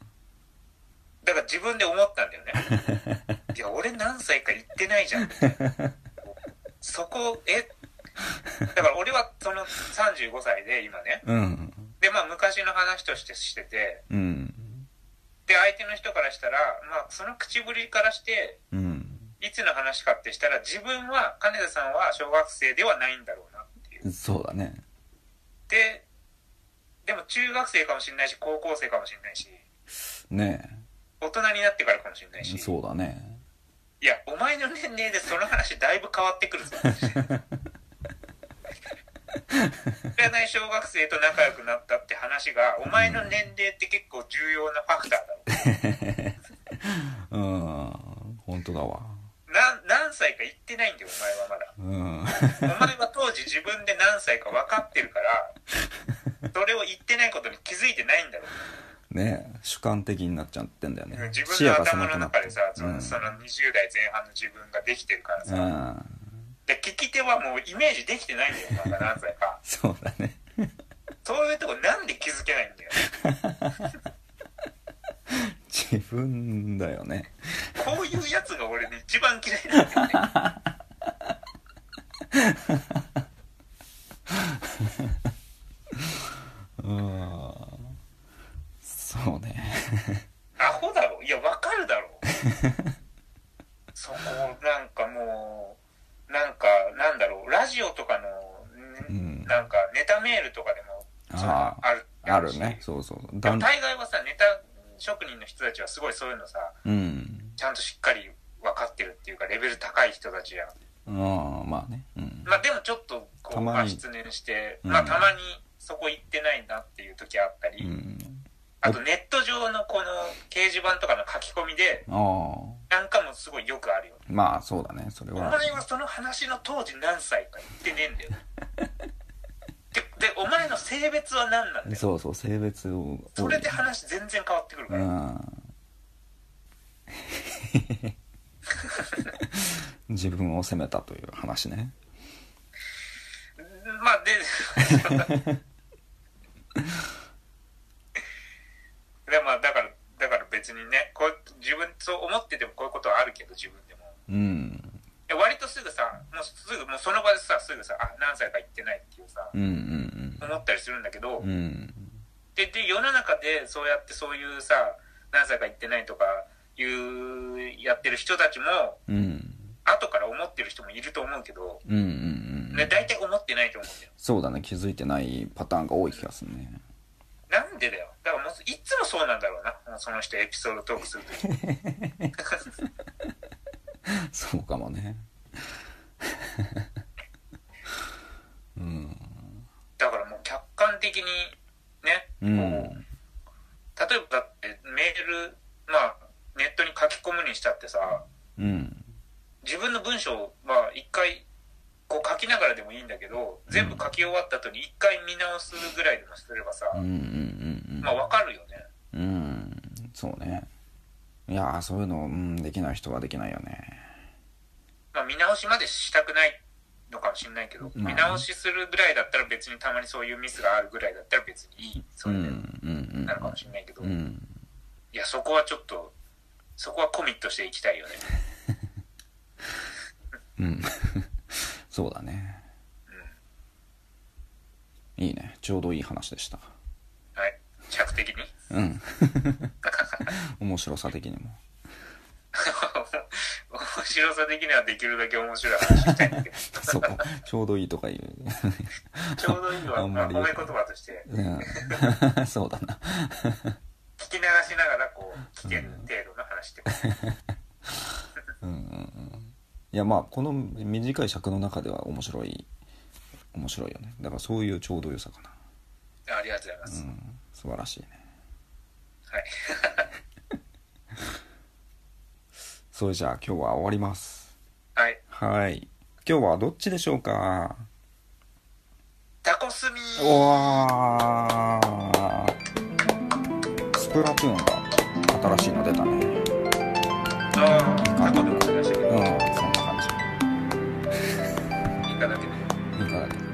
Speaker 2: だから自分で思ったんだよね いや俺何歳か言ってないじゃんみたいなそこえだから俺はその35歳で今ね
Speaker 1: うん
Speaker 2: でまあ昔の話としてしてて
Speaker 1: うん
Speaker 2: で相手の人からしたら、まあ、その口ぶりからして
Speaker 1: うん
Speaker 2: いつの話かってしたら自分は金田さんは小学生ではないんだろうなっていう
Speaker 1: そうだね
Speaker 2: ででも中学生かもしれないし高校生かもしれないし
Speaker 1: ね
Speaker 2: 大人になってからかもしれない
Speaker 1: え
Speaker 2: し
Speaker 1: そうだね
Speaker 2: いやお前の年齢でその話だいぶ変わって くるぞ知らない小学生と仲良くなったって話がお前の年齢って結構重要なファクターだ
Speaker 1: う
Speaker 2: ろ
Speaker 1: ん本当だわ
Speaker 2: なん何歳か言ってないんだよお前は まだ
Speaker 1: うん
Speaker 2: お前は当時自分で何歳か分かってるから、それを言ってないことに気づいてないんだろ
Speaker 1: ねえ主観的になっちゃってんだよ
Speaker 2: う。
Speaker 1: ね
Speaker 2: 自分の頭の中でさ、そ
Speaker 1: うん
Speaker 2: のその20代前半の自分ができてるから
Speaker 1: う
Speaker 2: さ、
Speaker 1: ん。
Speaker 2: で聞き手はもうイメージできてないんだよ、お前が何歳か
Speaker 1: そうだね
Speaker 2: そういうとこなんで気づけないんだよ。
Speaker 1: 自分だよね
Speaker 2: こういうやつが俺ね、一番嫌いなんだよね。
Speaker 1: うんそうね
Speaker 2: アホだろ。いや、分かるだろ。そこ、なんかもう、なんか、なんだろう、ラジオとかの、
Speaker 1: う
Speaker 2: ね
Speaker 1: ん
Speaker 2: なんかネタメールとかでもそういうの
Speaker 1: ああ
Speaker 2: ある
Speaker 1: あるね
Speaker 2: し
Speaker 1: そうそう
Speaker 2: で
Speaker 1: だ
Speaker 2: も
Speaker 1: ん
Speaker 2: 大概はさネタ職人の人たちはすごいそういうのさ
Speaker 1: うん
Speaker 2: ちゃんとしっかり分かってるっていうかレベル高い人たちや
Speaker 1: うんまあねうん
Speaker 2: まあでもちょっとこ
Speaker 1: た
Speaker 2: う
Speaker 1: まに
Speaker 2: まあ失念して、
Speaker 1: うん
Speaker 2: まあたまにそこ行ってないなっていう時あったり、
Speaker 1: うん
Speaker 2: あとネット上のこの掲示板とかの書き込みで
Speaker 1: ああ
Speaker 2: なんかもすごいよくあるよ
Speaker 1: まあそうだねそれ
Speaker 2: お
Speaker 1: は
Speaker 2: 前はその話の当時何歳か言ってねえ んだよででお前の性別は何なんだよ
Speaker 1: そうそう性別を
Speaker 2: それで話全然変わってくるか
Speaker 1: う
Speaker 2: ら、
Speaker 1: ん 自分を責めたという話ね
Speaker 2: ま あででまあだからだから別にねこう自分そう思っててもこういうことはあるけど自分でも
Speaker 1: うん
Speaker 2: で割とすぐさもうすぐもうその場でさすぐさあ何歳か言ってないっていうさ
Speaker 1: うんうん
Speaker 2: 思ったりするんだけど、
Speaker 1: うんうん
Speaker 2: でで、で、世の中でそうやってそういうさ、何歳か行ってないとか、いう、やってる人たちも、
Speaker 1: うん
Speaker 2: 後から思ってる人もいると思うけど、
Speaker 1: うんうんうん
Speaker 2: ね、大体思ってないと思うんだよ。
Speaker 1: そうだね気づいてないパターンが多い気がするね
Speaker 2: なんでだよ。だからもう、いつもそうなんだろうな。もうその人エピソードトークすると き。
Speaker 1: そうかもねうん
Speaker 2: だからもう客観的に、ね、
Speaker 1: うん
Speaker 2: 例えばだってメール、まあ、ネットに書き込むにしたってさ、
Speaker 1: うん
Speaker 2: 自分の文章を、まあ、一回、こう書きながらでもいいんだけど、全部書き終わった後に一回見直すぐらいでもすればさ、
Speaker 1: うんうんうん
Speaker 2: まあ、わかるよね。
Speaker 1: うんうんそうねいやーそういうの、うん、できない人はできないよね
Speaker 2: まあ、見直しまでしたくないのかもしれないけど、
Speaker 1: まあ
Speaker 2: 見直しするぐらいだったら別にたまにそういうミスがあるぐらいだったら別にいい、そ
Speaker 1: うん
Speaker 2: れ
Speaker 1: う
Speaker 2: で
Speaker 1: んうん
Speaker 2: なるかもしれないけど、
Speaker 1: う
Speaker 2: い
Speaker 1: ん
Speaker 2: や、そこはちょっと、そこはコミットしていきたいよね。
Speaker 1: うん そうだねいいねちょうどいい話でした
Speaker 2: はい。着的に。
Speaker 1: うん 面白さ的にも
Speaker 2: 面白さ的にはできるだけ面白い話したいん だけど、
Speaker 1: そうかちょうどいいとか言う、
Speaker 2: ちょうどいいの
Speaker 1: あ
Speaker 2: は、
Speaker 1: んま
Speaker 2: まあ、
Speaker 1: り
Speaker 2: 褒め言葉として、
Speaker 1: うん、 そうだな
Speaker 2: 聞き流しながら、こう、聞ける程度の話ってこと。
Speaker 1: いやまあこの短い尺の中では面白い面白いよねだからそういうちょうど良さかな、
Speaker 2: ありがとうございます。
Speaker 1: うん、素晴らしいね
Speaker 2: はい。
Speaker 1: それじゃあ今日は終わります
Speaker 2: はい。
Speaker 1: はい今日はどっちでしょうか
Speaker 2: タコスミ
Speaker 1: うわースプラトゥーンが新しいの出たねうん
Speaker 2: ああ、タコでございましたけど、
Speaker 1: そんな感じ
Speaker 2: いただけで。
Speaker 1: いいかだけど